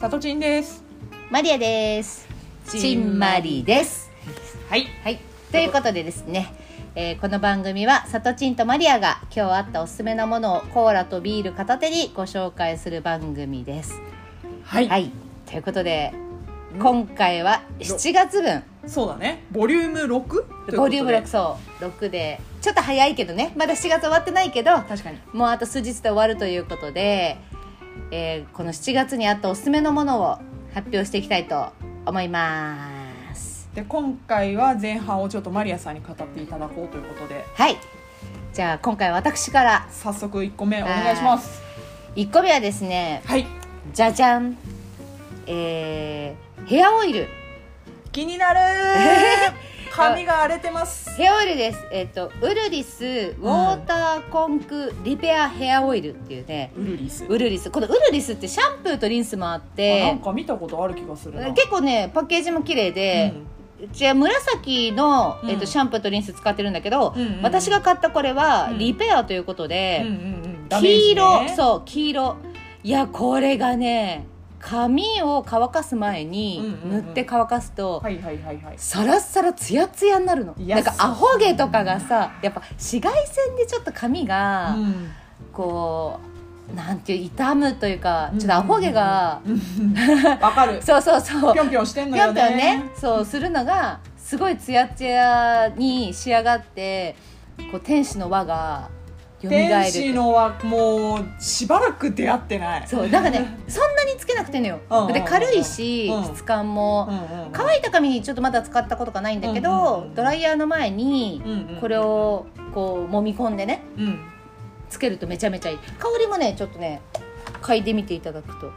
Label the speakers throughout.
Speaker 1: さとちんです
Speaker 2: マリアです。
Speaker 1: ち
Speaker 2: ち
Speaker 1: ん
Speaker 2: ん
Speaker 1: ま
Speaker 2: ま
Speaker 1: り
Speaker 2: りです。
Speaker 1: はい
Speaker 2: はい。ということでですね、えーこの番組はさとちんとマリアが今日あったおすすめのものをコーラとビール片手にご紹介する番組です。
Speaker 1: はい、
Speaker 2: はい。ということで今回は7月分
Speaker 1: そうだねボリューム6
Speaker 2: ボリューム6そう6でちょっと早いけどねまだ7月終わってないけど
Speaker 1: 確かに
Speaker 2: もうあと数日で終わるということで、えーこの7月にあったおすすめのものを発表していきたいと思います
Speaker 1: で今回は前半をちょっとマリアさんに語っていただこうということで
Speaker 2: はいじゃあ今回私から
Speaker 1: 早速1個目お願いします
Speaker 2: 1個目はですね
Speaker 1: はい
Speaker 2: じゃじゃんえーヘアオイル
Speaker 1: 気になる 髪が荒れてます
Speaker 2: ヘアオイルですえっ、とウルリスウォーターコンクリペアヘアオイルっていうね、
Speaker 1: ウルリス
Speaker 2: ウルリスこのウルリスってシャンプーとリンスもあっ
Speaker 1: あな
Speaker 2: て
Speaker 1: んか見たことある気がするな
Speaker 2: 結構ねパッケージも綺麗で、うちは紫の、
Speaker 1: うん
Speaker 2: えっとシャンプーとリンス使ってるんだけど、
Speaker 1: うんうん
Speaker 2: 私が買ったこれは
Speaker 1: うん
Speaker 2: リペアということ
Speaker 1: うんうん
Speaker 2: で、
Speaker 1: うんうんダメージね
Speaker 2: 黄色、そう黄色いやこれがね髪を乾かす前に
Speaker 1: うんうんう
Speaker 2: 塗
Speaker 1: ん
Speaker 2: って乾かすと、
Speaker 1: はいはいはいはい
Speaker 2: サラッサラツヤツヤになるの
Speaker 1: いや
Speaker 2: なんか
Speaker 1: そう
Speaker 2: アホ毛とかがさやっぱ紫外線でちょっと髪が
Speaker 1: うん
Speaker 2: こう、なんていう傷むというかちょっとアホ毛が、
Speaker 1: うんうんわかる
Speaker 2: そうそうそう
Speaker 1: ぴょんぴょんしてんの
Speaker 2: ぴょ
Speaker 1: よ
Speaker 2: ん
Speaker 1: ね
Speaker 2: ぴょんねそうするのがすごいツヤツヤに仕上がってこう天使の輪が蘇る
Speaker 1: 天使のはもうしばらく出会ってない
Speaker 2: そうなんかねそんなにつけなくていいのよ
Speaker 1: うんうんうん
Speaker 2: で軽いし
Speaker 1: うん
Speaker 2: 質感
Speaker 1: う
Speaker 2: も
Speaker 1: んうんうん
Speaker 2: 乾いた髪にちょっとまだ使ったことがないんだけ
Speaker 1: うんうん
Speaker 2: ど
Speaker 1: うん
Speaker 2: ドライヤーの前に
Speaker 1: うんうん
Speaker 2: これをこう揉み込んでね
Speaker 1: うん
Speaker 2: つけるとめちゃめちゃいい香りもねちょっとね嗅いでみていただくと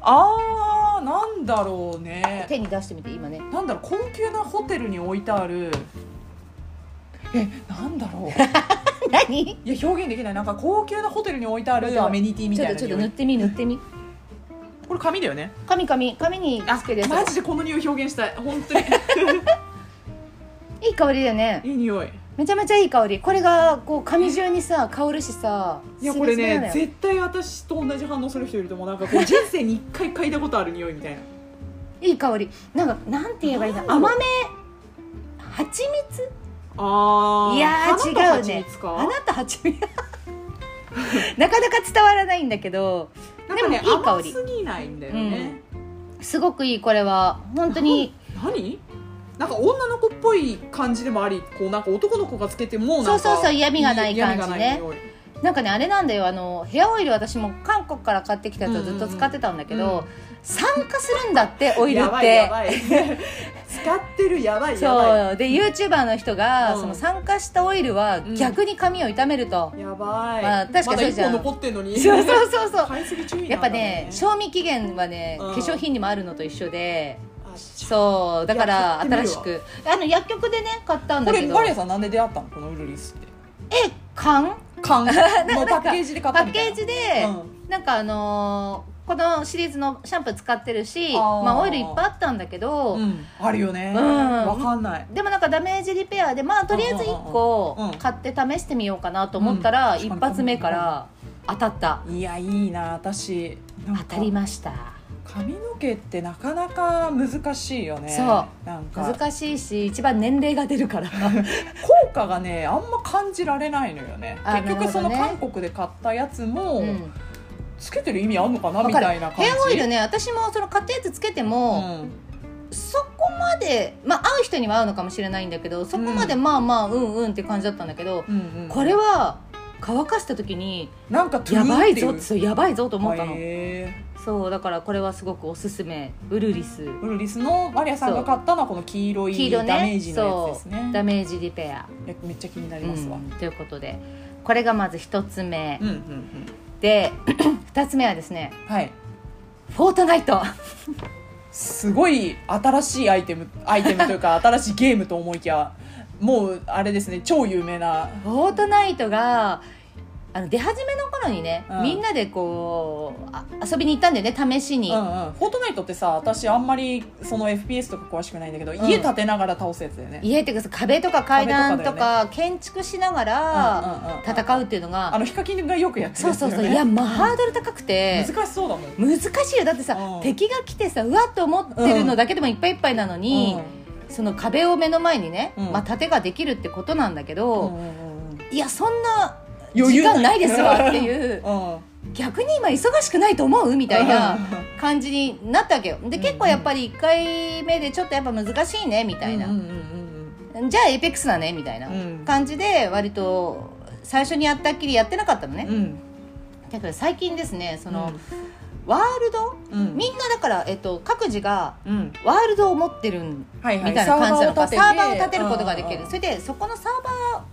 Speaker 1: あーなんだろうね
Speaker 2: 手に出してみて今ね
Speaker 1: なんだろう高級なホテルに置いてあるえなんだろ
Speaker 2: 何
Speaker 1: ういや表現できないなんか高級なホテルに置いてあ
Speaker 2: ちょっ
Speaker 1: る
Speaker 2: と
Speaker 1: アメニティみ
Speaker 2: ちょった
Speaker 1: い
Speaker 2: と
Speaker 1: な
Speaker 2: ちょ
Speaker 1: 匂
Speaker 2: っと塗っ
Speaker 1: い
Speaker 2: てみ塗ってみ
Speaker 1: これ紙だよね
Speaker 2: 髪髪髪に
Speaker 1: あ
Speaker 2: つけるやつ
Speaker 1: マジでこの匂い表現したい本当に
Speaker 2: いい香りだよね
Speaker 1: いい匂い
Speaker 2: めちゃめちゃいい香りこれがこう髪中にさ香るしさ
Speaker 1: いやこれ
Speaker 2: すご
Speaker 1: ね
Speaker 2: すごいのよ
Speaker 1: 絶対私と同じ反応する人いると思うなん かこう人生に一回嗅いだことある匂いみたいない
Speaker 2: い香りなんかなんて言えばいいんだ
Speaker 1: なんだろう
Speaker 2: 甘め蜂蜜
Speaker 1: あー
Speaker 2: いや
Speaker 1: 花
Speaker 2: ー
Speaker 1: と
Speaker 2: 違う
Speaker 1: 蜂
Speaker 2: ね
Speaker 1: 蜜
Speaker 2: あ
Speaker 1: か
Speaker 2: なた蜂蜜 なかなか伝わらないんだけど
Speaker 1: なんかね
Speaker 2: でもいい香り
Speaker 1: 甘すぎないんだよね、
Speaker 2: すごくいいこれは本 当に
Speaker 1: 何なんか女の子っぽい感じでもありこうなんか男の子がつけてもなんか
Speaker 2: そうそうそう嫌味がない感
Speaker 1: 嫌
Speaker 2: じね
Speaker 1: 味がない匂い
Speaker 2: なんかねあれなんだよあのヘアオイル私も韓国から買ってきたやつをずっと使ってたんだけど、
Speaker 1: うんうんうん
Speaker 2: 酸化するんだってオイ ル
Speaker 1: や
Speaker 2: っ
Speaker 1: ばいや
Speaker 2: て。
Speaker 1: ばい 使ってるやばいやばい
Speaker 2: そうで YouTuber の人が、
Speaker 1: うん
Speaker 2: その酸化したオイルは逆に髪を傷めると、
Speaker 1: やばい、
Speaker 2: まあ確かにそうじゃん
Speaker 1: まだ一本残ってんのに
Speaker 2: そうそうそうそう
Speaker 1: 買いすぎ注意
Speaker 2: や
Speaker 1: な
Speaker 2: っ
Speaker 1: ん
Speaker 2: ぱ
Speaker 1: だ
Speaker 2: ね賞味期限はね、
Speaker 1: うん
Speaker 2: 化粧品にもあるのと一緒で
Speaker 1: あちょ
Speaker 2: そうだから
Speaker 1: いや買ってみるわ
Speaker 2: 新しくあの薬局でね買ったん
Speaker 1: こ
Speaker 2: だ
Speaker 1: れ
Speaker 2: けど
Speaker 1: マリアさんなんで出会ったのこのウルリスって
Speaker 2: え缶
Speaker 1: 缶もうパッケージで買
Speaker 2: パ
Speaker 1: ったみ
Speaker 2: ッ
Speaker 1: たい
Speaker 2: ケ
Speaker 1: な
Speaker 2: ージで、
Speaker 1: うん
Speaker 2: なんかあのーこのシリーズのシャンプー使ってるし
Speaker 1: あー
Speaker 2: まあ、オイルいっぱいあったんだけど、
Speaker 1: うん、あるよね、
Speaker 2: うん
Speaker 1: わかんない
Speaker 2: でもなんかダメージリペアでまあとりあえ
Speaker 1: う
Speaker 2: ず1
Speaker 1: んうんうん
Speaker 2: 個
Speaker 1: うん
Speaker 2: 買って試してみようかなと思ったら、
Speaker 1: うん
Speaker 2: 一発目から当たった
Speaker 1: いやいいな私なん
Speaker 2: 当
Speaker 1: か
Speaker 2: たりました
Speaker 1: 髪の毛ってなかなか難しいよね
Speaker 2: そう
Speaker 1: なんか
Speaker 2: 難しいし一番年齢が出る から
Speaker 1: 効果がねあんま感じられないのよね
Speaker 2: あ
Speaker 1: 結
Speaker 2: なる
Speaker 1: 局
Speaker 2: ほ
Speaker 1: そ
Speaker 2: ど
Speaker 1: の
Speaker 2: ね
Speaker 1: 韓国で買ったやつ
Speaker 2: う
Speaker 1: も、
Speaker 2: ん
Speaker 1: つけてる意味あんのかな
Speaker 2: わ
Speaker 1: み
Speaker 2: かる
Speaker 1: たいな感じ
Speaker 2: ヘアオイルね私もその買ったやつつけて
Speaker 1: う
Speaker 2: も、
Speaker 1: ん
Speaker 2: そこまでまあ合う人には合うのかもしれないんだけどそこまで
Speaker 1: う
Speaker 2: まあまあうんうんって感じだったんだけど、
Speaker 1: うんうん、
Speaker 2: これは乾かした時に
Speaker 1: なんかトゥ
Speaker 2: や
Speaker 1: ルン
Speaker 2: ば
Speaker 1: っ
Speaker 2: い
Speaker 1: てう
Speaker 2: ぞそうやばいぞと思ったの、
Speaker 1: へ
Speaker 2: そうだからこれはすごくおすすめウルリス
Speaker 1: ーウルリスのマリアさんが買ったのはこの黄色い
Speaker 2: 黄色ね
Speaker 1: ダメージのやつですね
Speaker 2: ダメージリペア、
Speaker 1: いやめっちゃ気になり
Speaker 2: う
Speaker 1: ますわ、
Speaker 2: ん、ということでこれがまず一つ目、
Speaker 1: うんうんうん
Speaker 2: で 二つ目はですね
Speaker 1: はい
Speaker 2: フォートナイト
Speaker 1: すごい新しいアイテムアイテムという か新しいゲームと思いきやもうあれですね超有名な
Speaker 2: フォートナイトがあの出始めの頃にね、
Speaker 1: うん
Speaker 2: みんなでこうあ遊びに行ったんだよね試しに、
Speaker 1: うんうん、フォートナイトってさ私あんまりその FPS とか詳しくないんだけど、
Speaker 2: ん
Speaker 1: 家建てながら倒すやつだよね
Speaker 2: 家っていうか壁とか階段と
Speaker 1: 壁とか
Speaker 2: か建築しなが
Speaker 1: うん
Speaker 2: ら
Speaker 1: うんうんうん
Speaker 2: 戦うっていうのが、
Speaker 1: あのヒカキンがよくやってる
Speaker 2: そう
Speaker 1: やつだ
Speaker 2: そう
Speaker 1: よね
Speaker 2: そういや、まあ、ハードル高くて
Speaker 1: 難しそうだもん、うん
Speaker 2: 難しいよだってさ、
Speaker 1: うん
Speaker 2: 敵が来てさうわっと思ってるのだけでもいっぱいいっぱいなのに、その壁を目の前にね、
Speaker 1: うん
Speaker 2: まあ、盾ができるってことなんだけ
Speaker 1: うん
Speaker 2: ど、
Speaker 1: うんうんうん
Speaker 2: いやそんな
Speaker 1: 余
Speaker 2: 時
Speaker 1: 裕
Speaker 2: 間ないですわっていう
Speaker 1: うん
Speaker 2: 逆に今忙しくないと思うみたいな
Speaker 1: み
Speaker 2: 感じになったわけよで
Speaker 1: うん
Speaker 2: 結構やっぱり1回目でちょっとやっぱ難しいねみたいな、
Speaker 1: うんうん
Speaker 2: じゃあエイペックスだねみたいな
Speaker 1: うんうん
Speaker 2: 感じで割と最初にやったっきりやってなかったのね、
Speaker 1: うん
Speaker 2: だけど最近ですね
Speaker 1: そ
Speaker 2: その、ワールド
Speaker 1: うん
Speaker 2: みんなだから、えっと、各自が
Speaker 1: うん
Speaker 2: ワールドを持ってるみ
Speaker 1: はいは
Speaker 2: たい
Speaker 1: い
Speaker 2: な感じなのかサーバーを立て
Speaker 1: て
Speaker 2: ることができる、
Speaker 1: うんうん
Speaker 2: それでそこのサーバ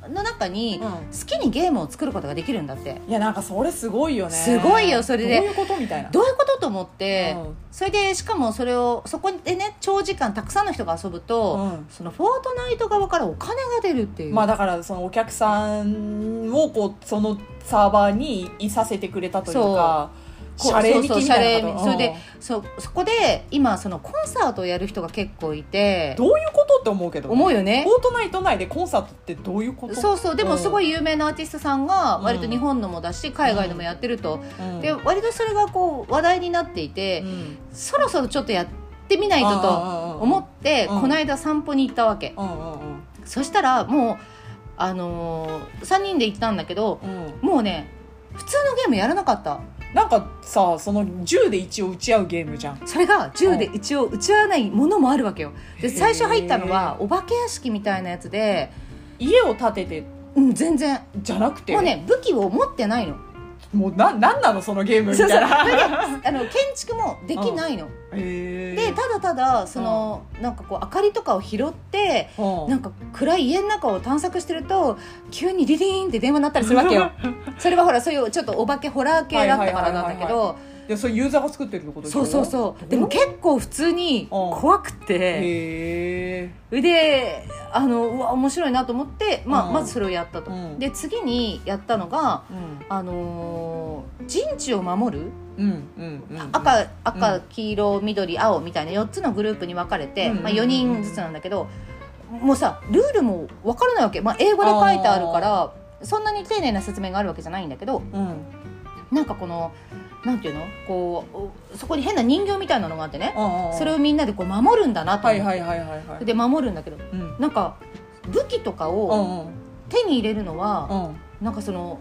Speaker 2: ーの中に
Speaker 1: うん
Speaker 2: 好きにゲームを作ることができるんだって
Speaker 1: いやなんかそれすごいよね
Speaker 2: すごいよそれで
Speaker 1: どういうことみたいな
Speaker 2: どういうことと思って、
Speaker 1: うん
Speaker 2: それでしかもそれをそこでね長時間たくさんの人が遊ぶと、
Speaker 1: うん
Speaker 2: そのフォートナイト側からお金が出るっていう、
Speaker 1: まあだからそのお客さんをこうそのサーバーにいさせてくれたというか
Speaker 2: そう
Speaker 1: 謝礼引きみたいな
Speaker 2: そう
Speaker 1: こ
Speaker 2: そ
Speaker 1: と
Speaker 2: うそれでそそこで今そのコンサートをやる人が結構いて
Speaker 1: うんどういうことって思うけど
Speaker 2: 思うよね
Speaker 1: フォートナイト内でコンサートってどういうこと
Speaker 2: そうそうで
Speaker 1: う
Speaker 2: も
Speaker 1: ん
Speaker 2: すごい有名なアーティストさんが割と
Speaker 1: うん
Speaker 2: 日本のもだし海外のもやってると、
Speaker 1: うん
Speaker 2: で割とそれがこう話題になっていて、
Speaker 1: うん
Speaker 2: そろそろちょっとやってみないとと
Speaker 1: と
Speaker 2: 思って、
Speaker 1: うん
Speaker 2: この間散歩に行ったわけ、
Speaker 1: うんうん
Speaker 2: そしたらもうあのー、3人で行ったんだけど
Speaker 1: うんうん
Speaker 2: もうね普通のゲームやらなかった
Speaker 1: なんかさその銃で一応撃ち合うゲームじゃん
Speaker 2: それが銃で一応撃ち合わないものもあるわけよで
Speaker 1: へー
Speaker 2: 最初入ったのはお化け屋敷みたいなやつで、
Speaker 1: 家を建てて
Speaker 2: うん、全然
Speaker 1: じゃなくて
Speaker 2: もうね武器を持ってないの
Speaker 1: もうななんなのそのゲームみたい
Speaker 2: それで
Speaker 1: な
Speaker 2: あの建築もできないの、
Speaker 1: へ
Speaker 2: でただただその、なんかこう明かりとかを拾って
Speaker 1: うん
Speaker 2: なんか暗い家の中を探索してると急にリリーンって電話になったりするわけよそれはほらそういうちょっとお化けホラー系だったからな
Speaker 1: はい
Speaker 2: んだけ
Speaker 1: はいはい はい
Speaker 2: ど
Speaker 1: でそれユーザーが作ってるってことでし
Speaker 2: そ
Speaker 1: ょ
Speaker 2: うそうそうでも結構普通に怖くて
Speaker 1: へえ
Speaker 2: であのうわ面白いなと思って、まあ、
Speaker 1: うん
Speaker 2: まずそれをやったと、
Speaker 1: うん
Speaker 2: で次にやったのが
Speaker 1: うん
Speaker 2: あのー陣地を守る
Speaker 1: うんうんうん
Speaker 2: 赤赤、
Speaker 1: うん
Speaker 2: 黄色緑青みたいな4つのグループに分かれて、
Speaker 1: うんうん
Speaker 2: まあ、4人ずつなんだけどもうさルールも分からないわけ、まあ、英語で書いてあるからそんなに丁寧な説明があるわけじゃないんだけど
Speaker 1: うん
Speaker 2: なんかこのなんていうのこうそこに変な人形みたいなのがあってねそれを
Speaker 1: を
Speaker 2: みんなでこう守るんだなと思
Speaker 1: は
Speaker 2: って、
Speaker 1: いはいはいはいはい
Speaker 2: で守るんだけど
Speaker 1: うん
Speaker 2: なんか武器とか
Speaker 1: う
Speaker 2: を
Speaker 1: んうん
Speaker 2: 手に入れるのは
Speaker 1: うん
Speaker 2: なんかその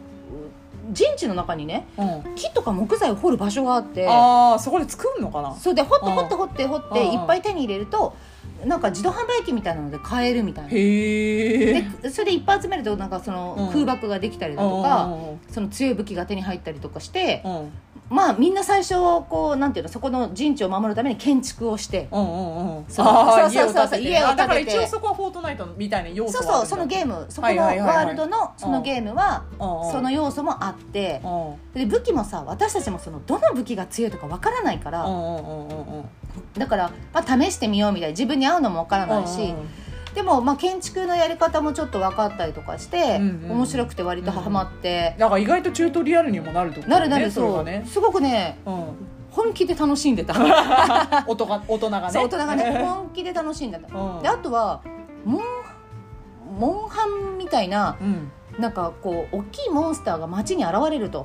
Speaker 2: 陣地の中にね
Speaker 1: うん
Speaker 2: 木とか木材を掘る場所があって。
Speaker 1: ああそこで作るのかな
Speaker 2: そうで掘って掘って掘って掘って
Speaker 1: うん
Speaker 2: いっぱい手に入れるとなんか自動販売機みたいなので買えるみたいな。
Speaker 1: へえ
Speaker 2: でそれでいっぱい集めるとなんかその
Speaker 1: うん
Speaker 2: 空爆ができたりだとか、その強い武器が手に入ったりとかして
Speaker 1: う、んうん
Speaker 2: まあみんな最初こうなんていうのそこの陣地を守るために建築をして、
Speaker 1: うんうんうん
Speaker 2: そう
Speaker 1: あー
Speaker 2: そうそうそうそう
Speaker 1: 家を建ててねあだから
Speaker 2: 家を建て
Speaker 1: 一
Speaker 2: て
Speaker 1: 応そこはフォートナイトみたいな要素
Speaker 2: そう
Speaker 1: は
Speaker 2: そうそのゲームそこ
Speaker 1: はい
Speaker 2: のワ
Speaker 1: はいはいはい
Speaker 2: ールドのそのゲームは
Speaker 1: ー
Speaker 2: その要素もあって
Speaker 1: う、ん
Speaker 2: で武器もさ私たちもそのどの武器が強いとかわからないから、
Speaker 1: うんうんうんうんうん
Speaker 2: だから、まあ、試してみようみたいな自分に合うのもわからないし。でも、まあ、建築のやり方もちょっと分かったりとかして、
Speaker 1: うんうんうん
Speaker 2: 面白くて割とハマって、
Speaker 1: だから意外とチュートリアルにもなるってこと
Speaker 2: な
Speaker 1: だ
Speaker 2: る
Speaker 1: よね
Speaker 2: なる
Speaker 1: それ
Speaker 2: そう、
Speaker 1: がね
Speaker 2: すごくね
Speaker 1: うん
Speaker 2: 本気で楽しんでた、そ
Speaker 1: 大人が大人がね
Speaker 2: う大人がね本気で楽しんでた、
Speaker 1: うん
Speaker 2: であとはモンモンハンみたいな
Speaker 1: うん
Speaker 2: なんかこう大きいモンスターが街に現れると、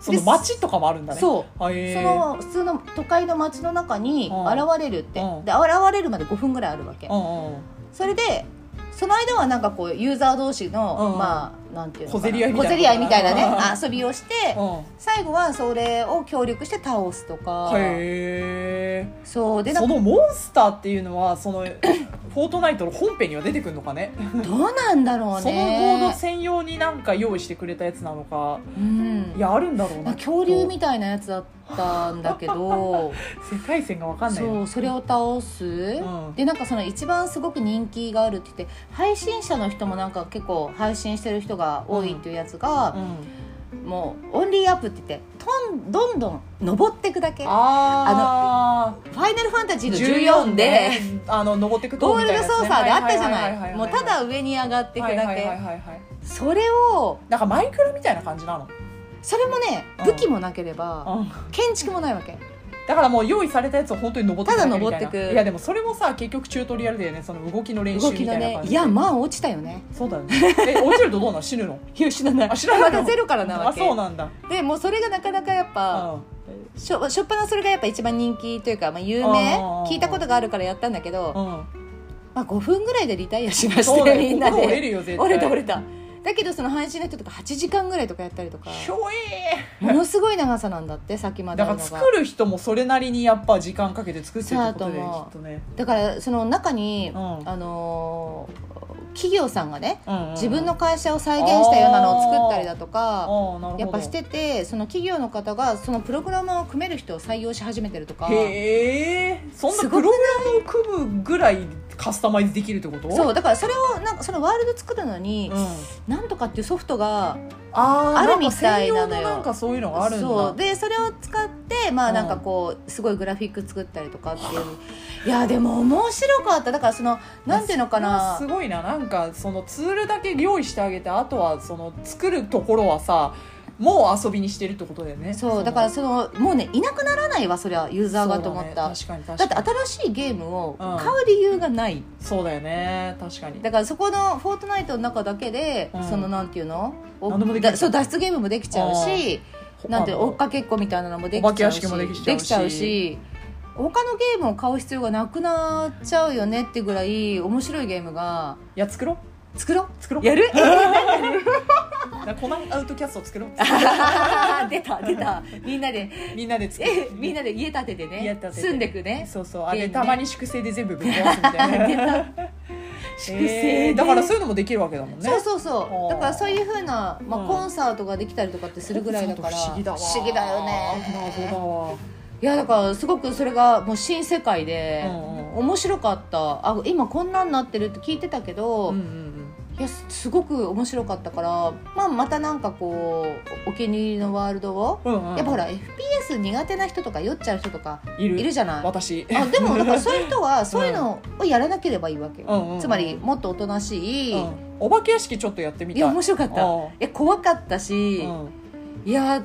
Speaker 1: その街とかもあるんだね
Speaker 2: そう
Speaker 1: へえ
Speaker 2: その普通の都会の街の中に
Speaker 1: うん
Speaker 2: 現れるって、
Speaker 1: うん
Speaker 2: で現れるまで5分ぐらいあるわけ、
Speaker 1: うんうん
Speaker 2: それでその間はなんかこうユーザー同士の、
Speaker 1: うん
Speaker 2: まあなんていうのかな
Speaker 1: 小競り合いみ
Speaker 2: 小
Speaker 1: たいな
Speaker 2: 競り合いみたいなね
Speaker 1: う
Speaker 2: 遊びをして
Speaker 1: うん
Speaker 2: 最後はそれを協力して倒すとか
Speaker 1: へえ
Speaker 2: そうでな
Speaker 1: そ
Speaker 2: んか
Speaker 1: のモンスターっていうのはその フォートナイトの本編には出てくるのかね
Speaker 2: どうなんだろう
Speaker 1: そのモード
Speaker 2: ね
Speaker 1: 専用になんか用意してくれたやつなのか
Speaker 2: うん
Speaker 1: いやあるんだろう
Speaker 2: まあ
Speaker 1: な
Speaker 2: 恐竜みたいなやつだったんだけど
Speaker 1: 世界線がわかんない
Speaker 2: そうそれを倒す
Speaker 1: うん
Speaker 2: でなんかその一番すごく人気があるって言って配信者の人もなんか結構配信してる人が多いっていうやつが、
Speaker 1: うん
Speaker 2: もうオンリーアップって言ってとんどんどん登っていくだけ
Speaker 1: ああ
Speaker 2: ファイナルファンタジーの14で
Speaker 1: あの登ってく
Speaker 2: ゴールド操作であったじゃ
Speaker 1: は
Speaker 2: ない
Speaker 1: はいは
Speaker 2: もうただ上に上がっていく
Speaker 1: は
Speaker 2: だ
Speaker 1: いはい
Speaker 2: け
Speaker 1: はいはいはい
Speaker 2: それを
Speaker 1: なんかマイクラみたいな感じなの、
Speaker 2: それもね
Speaker 1: うん
Speaker 2: 武器もなければ
Speaker 1: うん
Speaker 2: 建築もないわけ
Speaker 1: だからもう用意されたやつを本当に登ってくだけみいな
Speaker 2: ただ登ってく
Speaker 1: いやでもそれもさ結局チュートリアルだよねその動きの練習
Speaker 2: 動
Speaker 1: み
Speaker 2: き
Speaker 1: た
Speaker 2: が
Speaker 1: いな
Speaker 2: ね
Speaker 1: 感じ
Speaker 2: いやまあ落ちたよね
Speaker 1: そうだよね え落ちるとどうなの死ぬの
Speaker 2: いや知ら ない
Speaker 1: あ知らないの
Speaker 2: まだゼロからな
Speaker 1: あ
Speaker 2: わけ
Speaker 1: そうなんだ
Speaker 2: でもうそれがなかなかやっぱ
Speaker 1: う
Speaker 2: しょしょっぱなそれがやっぱ一番人気というか、まあ、有
Speaker 1: うんうんうん
Speaker 2: 名聞いたことがあるからやったんだけ
Speaker 1: んう
Speaker 2: ど、
Speaker 1: ん
Speaker 2: まあ、5分ぐらいでリタイアしま し
Speaker 1: そう
Speaker 2: て
Speaker 1: だ
Speaker 2: み
Speaker 1: よ
Speaker 2: んな
Speaker 1: 心折れ
Speaker 2: で
Speaker 1: るよ絶対
Speaker 2: 折れた折れただけどその配信の人とか8時間ぐらいとかやったりとか
Speaker 1: ひょえ
Speaker 2: ものすごい長さなんだって先ま
Speaker 1: ー
Speaker 2: で
Speaker 1: だ
Speaker 2: あ
Speaker 1: か
Speaker 2: る
Speaker 1: ら
Speaker 2: のが
Speaker 1: 作る人もそれなりにやっぱ時間かけて作ってるってことでき
Speaker 2: そうだと思う
Speaker 1: っとね
Speaker 2: だからその中に、
Speaker 1: うん
Speaker 2: あのー企業さんがね
Speaker 1: うんうん
Speaker 2: 自分の会社を再現したようなのを作ったりだと
Speaker 1: あ
Speaker 2: か
Speaker 1: ーなるほど
Speaker 2: やっぱしててその企業の方がそのプログラマーを組める人を採用し始めてるとか
Speaker 1: へえそんなプ
Speaker 2: すごく
Speaker 1: ログラムを組むぐらいカスタマイズできるってこと、
Speaker 2: そううだからそれをなんかそのワールド作るのに
Speaker 1: う、ん、
Speaker 2: なんとかっていうソフトが
Speaker 1: あー
Speaker 2: あるみたいなのよ
Speaker 1: んか専用なんかそういうのがあるんだ
Speaker 2: そうでそれを使ってま
Speaker 1: う
Speaker 2: あ
Speaker 1: ん
Speaker 2: なんかこうすごいグラフィック作ったりとかっていういやでも面白かっただからそのなんていうのかな
Speaker 1: すごいななんかそのツールだけ用意してあげてあとはその作るところはさもう遊びにしてるってことだよね
Speaker 2: そう
Speaker 1: の
Speaker 2: だからそのもうねいなくならないわそりゃユーザーがと思っただ,、
Speaker 1: そうだね確かに確かに
Speaker 2: って新しいゲームを
Speaker 1: うん
Speaker 2: 買う理由がない、
Speaker 1: そうだよね確かに
Speaker 2: だからそこの「フォートナイト」の中だけで、
Speaker 1: うん
Speaker 2: そのなんていうのお
Speaker 1: 何でもできる
Speaker 2: だそう脱出ゲームもできちゃうしなんていうの追っ
Speaker 1: 他
Speaker 2: かけっこみたいなのもで
Speaker 1: お化け
Speaker 2: きちゃ
Speaker 1: 屋
Speaker 2: うし
Speaker 1: 敷もできちゃうし
Speaker 2: し他のゲームを買う必要がなくなっちゃうよねってぐらい面白いゲームが
Speaker 1: いや作ろう
Speaker 2: 作ろ
Speaker 1: 作ろ
Speaker 2: う
Speaker 1: う
Speaker 2: やる
Speaker 1: だからコナンアウトキャスト作ろう
Speaker 2: 出た出たみんなで
Speaker 1: みんなで作ろ
Speaker 2: え
Speaker 1: う
Speaker 2: みんなで家建てて
Speaker 1: 家
Speaker 2: ね
Speaker 1: 建てて
Speaker 2: 住んでくね
Speaker 1: そうそうあ
Speaker 2: ゲー
Speaker 1: れ
Speaker 2: ムね
Speaker 1: たまに粛清で全部ぶっ壊すみたい
Speaker 2: 出
Speaker 1: な
Speaker 2: た 粛
Speaker 1: え
Speaker 2: 清
Speaker 1: ーだから
Speaker 2: そ
Speaker 1: そういうのもできるわけだもんね
Speaker 2: そうそうそう
Speaker 1: あー
Speaker 2: だからそういうふうな、ま
Speaker 1: う
Speaker 2: あ、
Speaker 1: ん
Speaker 2: コンサートができたりとかってするぐらいだから
Speaker 1: 不思議だわ
Speaker 2: 不思議だよね
Speaker 1: 謎だわ
Speaker 2: いやだからすごくそれがもう新世界で、
Speaker 1: うん
Speaker 2: 面白かったあ今こんなんなってるって聞いてたけど、
Speaker 1: うんうん
Speaker 2: いやすすごく面白かったから、まあ、またなんかこうお気に入りのワールドを、
Speaker 1: うんうんうん
Speaker 2: やっぱほら FPS 苦手な人とか酔っちゃう人とか
Speaker 1: いる
Speaker 2: いるじゃない
Speaker 1: 私
Speaker 2: あでもだからそういう人はそういうのをやらなければいいわけよ、
Speaker 1: うんうんうん
Speaker 2: つまりもっとおとなしい、
Speaker 1: うんお化け屋敷ちょっとやってみた
Speaker 2: いや面白かった、
Speaker 1: うん
Speaker 2: いや怖かったし、
Speaker 1: うん
Speaker 2: いや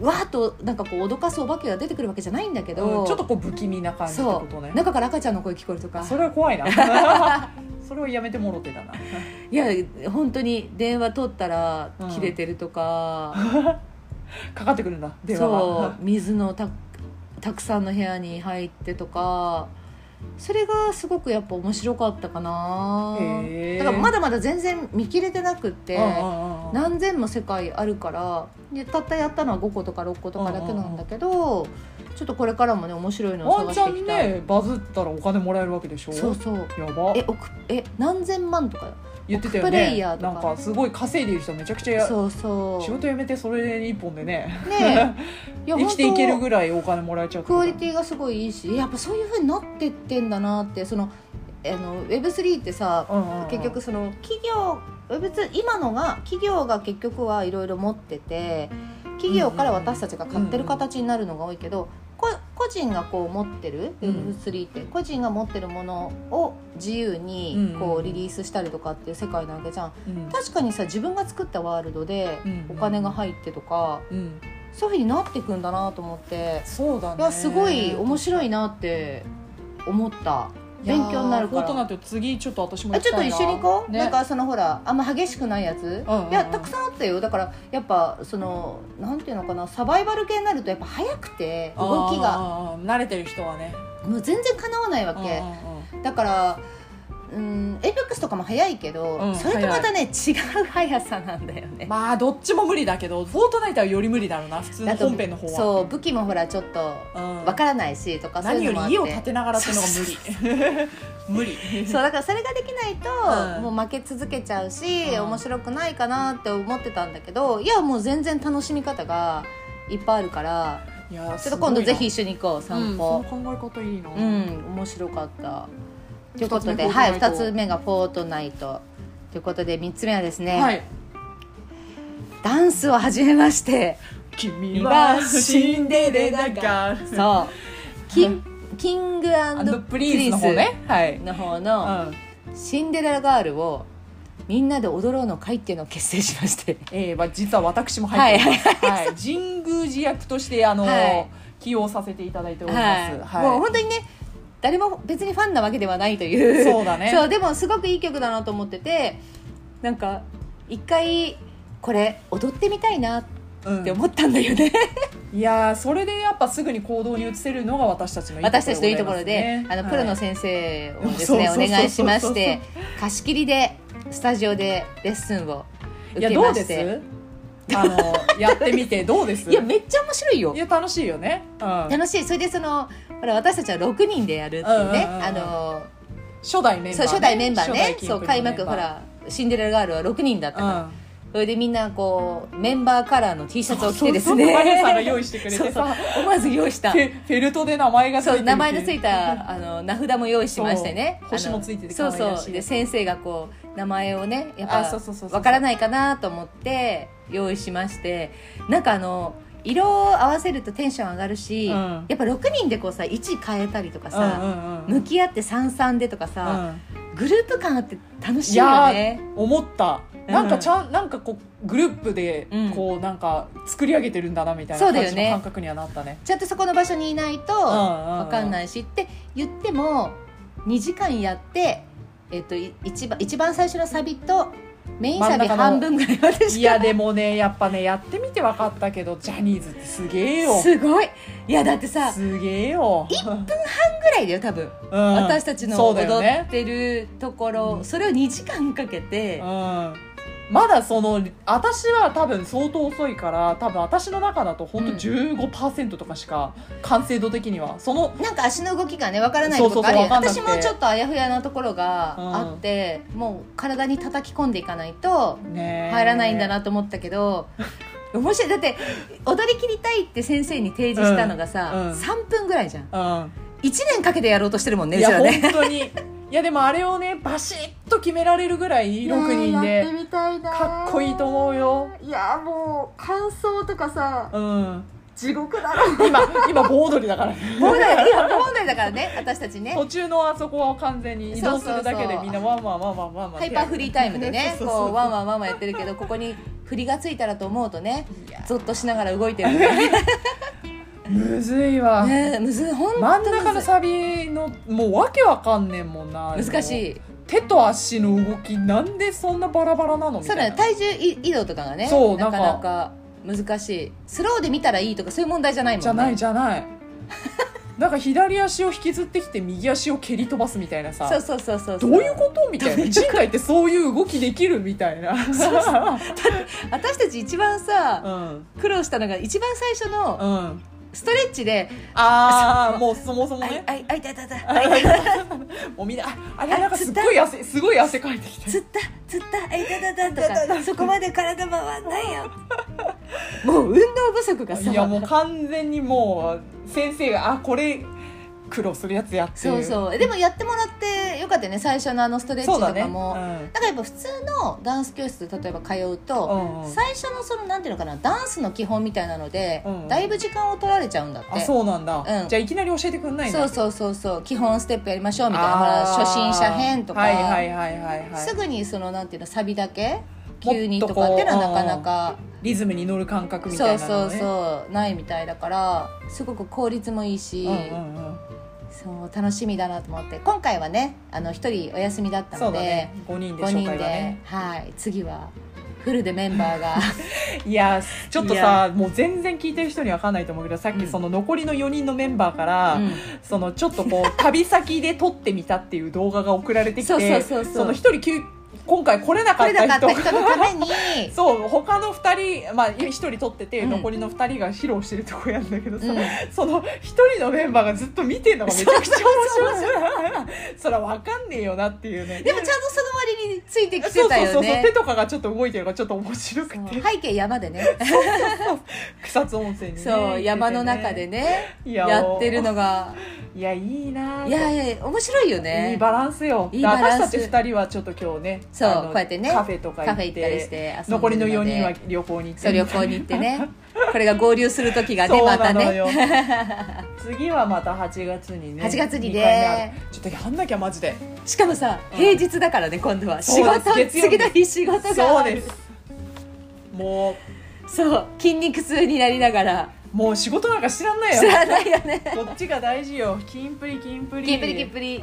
Speaker 2: わーっとなんかこう脅かすお化けが出てくるわけじゃないんだけど、
Speaker 1: うんちょっとこう不気味な感じって
Speaker 2: そ
Speaker 1: ことね
Speaker 2: う中から赤ちゃんの声聞こえるとか
Speaker 1: それは怖 いなそれをやめてもろてだない
Speaker 2: や本当に電話取ったら
Speaker 1: うん
Speaker 2: 切れてるとか、
Speaker 1: かかってくるんだ 電話
Speaker 2: そ
Speaker 1: が
Speaker 2: う水のたたくさんの部屋に入ってとかそれがすごくやっぱ面白かったかな
Speaker 1: へー
Speaker 2: だからまだまだ全然見切れてなくって、
Speaker 1: うんうんうん
Speaker 2: 何千も世界あるからでたったやったのは5個とか6個とかだけなんだけど、ちょっとこれからもね面白いのを
Speaker 1: ワンち
Speaker 2: 探し
Speaker 1: ゃ
Speaker 2: ていき
Speaker 1: ん
Speaker 2: たい、
Speaker 1: ねバズったらお金もらえるわけでしょ
Speaker 2: そうそう
Speaker 1: やば
Speaker 2: えおくえ何千万とかよ
Speaker 1: 言ってたよ
Speaker 2: プレイ
Speaker 1: ね
Speaker 2: ヤーとか
Speaker 1: なんかすごい稼いでる人めちゃくちゃ
Speaker 2: そうそう
Speaker 1: 仕事辞めてそれ一本でね
Speaker 2: ねえいや
Speaker 1: 生きていける
Speaker 2: 本
Speaker 1: ぐらいお金もらえちゃう
Speaker 2: 当クオリティがすごいいいしやっぱそういうふうになってってんだなってそのあの Web3 ってさ、
Speaker 1: ィ
Speaker 2: 結局その企業 Web3 今のが企業が結局はいろいろ持ってて企業から私たちが買ってる形になるのが多いけど、こ個人がこう持ってる
Speaker 1: うん
Speaker 2: Web3 って個人が持ってるものを自由にこ
Speaker 1: うんう
Speaker 2: うんリリースしたりとかっていう世界なわけじゃん確かにさ自分が作ったワールドで
Speaker 1: うん
Speaker 2: お金が入ってとか、
Speaker 1: うん
Speaker 2: そういうふうになっていくんだなと思って
Speaker 1: そうだ
Speaker 2: い
Speaker 1: ね
Speaker 2: やすごい面白いなって思った勉強になるか
Speaker 1: フォートナ
Speaker 2: ら
Speaker 1: イト次ちょっと私も
Speaker 2: え
Speaker 1: 行き
Speaker 2: ちょったと
Speaker 1: いな
Speaker 2: 一緒に行こう、
Speaker 1: ね
Speaker 2: なんかそのほらあんま激しくないやつ、
Speaker 1: うんうんうん
Speaker 2: いやたくさんあったよだからやっぱそのなんていうのかなサバイバル系になるとやっぱ早くて動きが
Speaker 1: あー慣れてる人はね
Speaker 2: もう全然かなわないわけ、だからうんエイペックスとかも早いけど、
Speaker 1: うん
Speaker 2: それとまたね違う速さなんだよね
Speaker 1: まあどっちも無理だけどフォートナイトはより無理だろうな普通の
Speaker 2: あと
Speaker 1: 本編の方は
Speaker 2: そう武器もほらちょっと
Speaker 1: うん
Speaker 2: わからないしとかそう
Speaker 1: 何
Speaker 2: い
Speaker 1: よ
Speaker 2: うのもあっ
Speaker 1: り
Speaker 2: て
Speaker 1: 家を建てながらっていうのが 無理無理
Speaker 2: そうだからそれができないと、
Speaker 1: うん
Speaker 2: もう負け続けちゃうし、
Speaker 1: うん
Speaker 2: 面白くないかなって思ってたんだけどいやもう全然楽しみ方がいっぱいあるから
Speaker 1: いや
Speaker 2: ちょっと今度ぜひ一緒に行こう散歩
Speaker 1: うん、その考え方いいな、
Speaker 2: うん、面白かったということで、
Speaker 1: 二つ目
Speaker 2: はい、
Speaker 1: フォートナイト
Speaker 2: 2つ目が「フォートナイト」ということで3つ目はですね、
Speaker 1: はい
Speaker 2: ダンスを始めまして
Speaker 1: 君はシンデレラガール
Speaker 2: そうキンキング
Speaker 1: プリーズの方ねはい、
Speaker 2: の方の
Speaker 1: うん
Speaker 2: シンデレラガールをみんなで踊ろうの会っていうのを結成しまして
Speaker 1: えーまあ、実は私も入っております、はい神宮寺役としてあの、
Speaker 2: はい
Speaker 1: 起用させていただいておりま
Speaker 2: は
Speaker 1: す、
Speaker 2: い、
Speaker 1: はい
Speaker 2: もう本当にね誰も別にファンなわけではないという
Speaker 1: そうだね
Speaker 2: そうでもすごくいい曲だなと思っててなんか一回これ踊ってみたいなっ
Speaker 1: うん
Speaker 2: て思ったんだよ ね、
Speaker 1: いやーそれでやっぱすぐに行動に移せるのが私たちのいいところ
Speaker 2: 私たちのいいところで
Speaker 1: ございますね
Speaker 2: あのプロの
Speaker 1: はい
Speaker 2: 先生をです
Speaker 1: そう
Speaker 2: ね、
Speaker 1: そうそうそう
Speaker 2: お願いしまして貸し切りでスタジオでレッスンを
Speaker 1: い
Speaker 2: 受
Speaker 1: や
Speaker 2: け
Speaker 1: どう
Speaker 2: ま
Speaker 1: で
Speaker 2: して
Speaker 1: すあ のやってみてどうです
Speaker 2: いやめっちゃ面白いよ
Speaker 1: いや楽しいよね、うん、
Speaker 2: 楽しいそれでそのほら私たちは6人でやるっていうね、
Speaker 1: うんうんうんうん
Speaker 2: あの
Speaker 1: 初代メンバー、ね、
Speaker 2: そう初代メンバーね
Speaker 1: 初代キン
Speaker 2: そう
Speaker 1: プリ
Speaker 2: 開
Speaker 1: のメンバー
Speaker 2: 幕ほらシンデレラガールは6人だったから、
Speaker 1: うん
Speaker 2: それでみんなこうメンバーカラーの T シャツを着てです
Speaker 1: そうそう
Speaker 2: ね
Speaker 1: マリアさんが用意してくれてさ
Speaker 2: そうそう 思わず用意した
Speaker 1: フェフェルトで名前がついてる
Speaker 2: そう名前のつ
Speaker 1: て
Speaker 2: いたあの名札も用意しましてね
Speaker 1: そう
Speaker 2: あの
Speaker 1: 星もついてて可
Speaker 2: そ
Speaker 1: 愛
Speaker 2: う
Speaker 1: らしいやつ
Speaker 2: そうで先生がこう名前をねやっ
Speaker 1: あそうそうそうそ
Speaker 2: ぱ
Speaker 1: う
Speaker 2: わからないかなと思って用意しましてなんかあの色を合わせるとテンション上がるし、
Speaker 1: うん
Speaker 2: やっぱ6人でこうさ位置変えたりとか
Speaker 1: うん
Speaker 2: さ、
Speaker 1: うんうん
Speaker 2: 向き合って三々でとか
Speaker 1: う
Speaker 2: さ、
Speaker 1: ん
Speaker 2: グループ感あって楽しいよね。
Speaker 1: 思ったなんかちゃん、なんかこうグループで
Speaker 2: うん
Speaker 1: こうなんか作り上げてるんだなみたい
Speaker 2: そ
Speaker 1: な
Speaker 2: うだ
Speaker 1: 感
Speaker 2: よ
Speaker 1: じの
Speaker 2: ね
Speaker 1: 感覚にはなったね
Speaker 2: ちゃんとそこの場所にいないと
Speaker 1: うんうんうん
Speaker 2: わかんないしって言っても2時間やって、えっとい一番一番最初のサビとメインサ
Speaker 1: 真
Speaker 2: ビ
Speaker 1: ん中の
Speaker 2: 半分ぐらいまで
Speaker 1: い
Speaker 2: し
Speaker 1: や
Speaker 2: か
Speaker 1: でもねやっぱねやってみて分かったけどジャニーズってすげえよ
Speaker 2: すごいいやだってさ
Speaker 1: すげえよ、
Speaker 2: ぐらいだよ多分、
Speaker 1: うん
Speaker 2: 私たちの
Speaker 1: そう
Speaker 2: 踊
Speaker 1: だよね
Speaker 2: ってるところそ,、
Speaker 1: うん
Speaker 2: れを2時間かけて、
Speaker 1: うん、まだその私は多分相当遅いから多分私の中だと本当
Speaker 2: うん
Speaker 1: 15%とかしか完成度的にはその
Speaker 2: なんか足の動きがねわからないとこがあるよね
Speaker 1: そうそうそうわかんなくて
Speaker 2: 私もちょっとあやふやなところがあって、もう体に叩き込んでいかないと
Speaker 1: ね
Speaker 2: 入らないんだなと思ったけど、面白いだって踊り切りたいって先生に提示したのがさ、
Speaker 1: うんうん
Speaker 2: 3分ぐらいじゃん
Speaker 1: うん
Speaker 2: 1年かけてやろうとしてるもんね
Speaker 1: いう
Speaker 2: ち
Speaker 1: や
Speaker 2: ら
Speaker 1: 本
Speaker 2: ね
Speaker 1: 当にいやでもあれをねバシッと決められるぐらい6人
Speaker 2: やって
Speaker 1: で
Speaker 2: みたいな
Speaker 1: かっこいいと思うよ、
Speaker 2: いやもう感想とかさ
Speaker 1: うん、
Speaker 2: 地獄だろ
Speaker 1: 今今盆踊りだからね
Speaker 2: 問題いや問題だからね私たちね
Speaker 1: 途中のあそこは完全に移動するだけでみんなワンワンワンワンワンワン
Speaker 2: ハイパーフリータイムでね
Speaker 1: そうそうそう
Speaker 2: こうワンワンワンワンやってるけどここに振りがついたらと思うとね
Speaker 1: いや
Speaker 2: ゾッとしながら動 いてるね
Speaker 1: むずいわ、
Speaker 2: ねむず本
Speaker 1: 真
Speaker 2: 当
Speaker 1: ん中のサビのもうわけわかんねえもんな
Speaker 2: 難し
Speaker 1: い
Speaker 2: い
Speaker 1: 手と足の動きなんでそんなバラバラなのみ
Speaker 2: そ
Speaker 1: た
Speaker 2: うだ
Speaker 1: いな
Speaker 2: ね体重い移動とかがね
Speaker 1: そう
Speaker 2: なか
Speaker 1: な
Speaker 2: なんか難しいスローで見たらいいとかそういう問題じゃないもんね
Speaker 1: じゃないじゃないなんか左足を引きずってきて右足を蹴り飛ばすみたいなさ
Speaker 2: そうそうそうそう
Speaker 1: どういうことみたいな人体ってそういう動きできるみたいな
Speaker 2: そう私たち一番
Speaker 1: う
Speaker 2: さ
Speaker 1: ん
Speaker 2: 苦労したのが一番最初の
Speaker 1: うん
Speaker 2: ストレッチで
Speaker 1: ああもうそもそ
Speaker 2: 「
Speaker 1: も
Speaker 2: あい
Speaker 1: ね
Speaker 2: あいあいたいたいたあいたいた
Speaker 1: もうみんなああれなんかすっごい汗すごい汗かいてきて
Speaker 2: 釣った釣ったあいたいたいた」とか「そこまで体回んないよ」もう運動不足がさ
Speaker 1: いやもう完全にもう先生があこれ苦労するやつやってい
Speaker 2: そううそうでもやってもらってよかったよね最初のあのストレッチ
Speaker 1: そ
Speaker 2: と
Speaker 1: うだね
Speaker 2: かもなんかやっぱ普通のダンス教室で例えば通うと、
Speaker 1: うんうん
Speaker 2: 最初のそのなんていうのかなダンスの基本みたいなので、
Speaker 1: うん
Speaker 2: だいぶ時間を取られちゃうんだって
Speaker 1: あそうなんだ、
Speaker 2: うん
Speaker 1: じゃあいきなり教えてくんないんだ
Speaker 2: そうそうそうそう基本ステップやりましょうみたいなほら
Speaker 1: あー
Speaker 2: 初心者編とか、
Speaker 1: はいはいはいはいはい
Speaker 2: すぐにそのなんていうのサビだけ
Speaker 1: もっとこう
Speaker 2: 急にとかっていうのはなかなか、
Speaker 1: リズムに乗る感覚みた
Speaker 2: そ
Speaker 1: いうなの、ね、
Speaker 2: そうそうないみたいだからすごく効率もいいし、
Speaker 1: うんうんうん
Speaker 2: そう楽しみだなと思って今回はねあの一人お休みだった
Speaker 1: そ
Speaker 2: の
Speaker 1: うだ
Speaker 2: で
Speaker 1: ね、5人で
Speaker 2: 5
Speaker 1: 紹
Speaker 2: 人
Speaker 1: 介
Speaker 2: で、
Speaker 1: だね
Speaker 2: はい次はフルでメンバ ーが
Speaker 1: いやちょっと
Speaker 2: い
Speaker 1: さもう全然聞いてる人には分かんないと思うけどさっきその残りの4人のメンバーから、
Speaker 2: うん
Speaker 1: そのちょっと こう旅先で撮ってみたっていう動画が送られてきて
Speaker 2: そうそうそうそう
Speaker 1: の一人急今回来れなか
Speaker 2: 来
Speaker 1: っ
Speaker 2: れな
Speaker 1: た
Speaker 2: かっ
Speaker 1: 人
Speaker 2: た
Speaker 1: が
Speaker 2: 人のために
Speaker 1: そう他の2人、まあ、1人撮ってて、
Speaker 2: うん
Speaker 1: 残りの2人が披露してるとこやんだけどさ、
Speaker 2: う
Speaker 1: その1人のメンバーがずっと見てるのがめちゃくちゃ面白いそらわかんねえよなっていうね
Speaker 2: でもちゃんとその割についてき
Speaker 1: そ
Speaker 2: て
Speaker 1: うそ
Speaker 2: た
Speaker 1: うそうそ
Speaker 2: よ
Speaker 1: う手
Speaker 2: ね
Speaker 1: とかがちょっと動いてるからちょっと面白く
Speaker 2: そ
Speaker 1: て
Speaker 2: う背景山 でね
Speaker 1: 草津温泉にね行って
Speaker 2: そう
Speaker 1: て
Speaker 2: 山の中でね
Speaker 1: いや
Speaker 2: やってるのが
Speaker 1: いやいいないい
Speaker 2: やいや面白いよね
Speaker 1: いいバランスよ
Speaker 2: いいバランス
Speaker 1: 私たち2人はちょっと今日ね
Speaker 2: そう
Speaker 1: あの
Speaker 2: こうやってね
Speaker 1: カフェとか行
Speaker 2: カ
Speaker 1: っ
Speaker 2: フェ
Speaker 1: て
Speaker 2: 行ったりして遊んでるので
Speaker 1: 残りの4人は旅行に行って
Speaker 2: そう旅行に行ってねこれが合流する時がね
Speaker 1: そう
Speaker 2: ま
Speaker 1: な
Speaker 2: た
Speaker 1: の
Speaker 2: ね
Speaker 1: よ 次はまた8月にね
Speaker 2: 8月に
Speaker 1: 二回目ある
Speaker 2: ね
Speaker 1: ちょっとやんなきゃマジで
Speaker 2: しかもさ
Speaker 1: うん
Speaker 2: 平日だからね今度は仕
Speaker 1: そう
Speaker 2: 事
Speaker 1: です月曜日
Speaker 2: 次の日仕事が
Speaker 1: そうですもう
Speaker 2: そう筋肉痛になりながら
Speaker 1: もう仕事なんか知らんないよ
Speaker 2: 知らないよね
Speaker 1: こっちが大事よキンプリキンプリ
Speaker 2: キンプリキンプリ
Speaker 1: うん
Speaker 2: い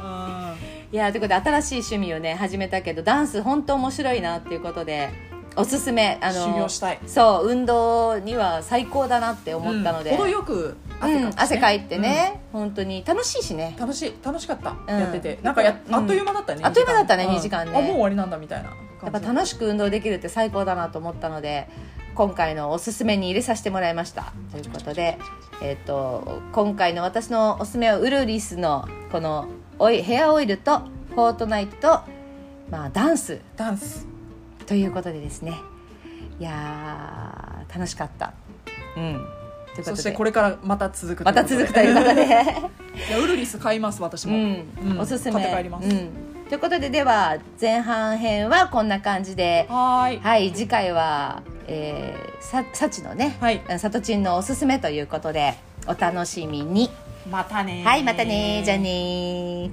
Speaker 2: やーということで新しい趣味をね始めたけどダンス本当面白いなっていうことでおすすめあ
Speaker 1: 修
Speaker 2: の
Speaker 1: 行したい
Speaker 2: そう運動には最高だなって思ったので、
Speaker 1: うん程よく汗,、
Speaker 2: うん汗かいてね、本当に楽しいしね
Speaker 1: 楽しい楽しかった、
Speaker 2: うん
Speaker 1: やっててなんかや
Speaker 2: うん
Speaker 1: あっという間だったね、
Speaker 2: あっという間だったね
Speaker 1: 二
Speaker 2: 二時間ね
Speaker 1: あもう終わりなんだみたいな
Speaker 2: やっ
Speaker 1: 感
Speaker 2: ぱ
Speaker 1: じ
Speaker 2: 楽しく運動できるって最高だなと思ったので今回のおすすめに入れさせてもらいましたということで、えっと今回の私のおすすめはウルリスのこのオイヘアオイルとフォートナイトと、まあ、ダンス
Speaker 1: ダンス
Speaker 2: ということでですねいやー楽しかったうんということで
Speaker 1: そしてこれからまた続く
Speaker 2: また続くということで、
Speaker 1: いやウルリス買います私
Speaker 2: う
Speaker 1: も、
Speaker 2: ん
Speaker 1: うん
Speaker 2: おすすめ
Speaker 1: 買って帰ります
Speaker 2: うん、ということででは前半編はこんな感じで
Speaker 1: はーい
Speaker 2: はい次回は、えー、さサチのね
Speaker 1: はい
Speaker 2: さとちんのおすすめということでお楽しみに
Speaker 1: またねー
Speaker 2: はいまたねじゃあねー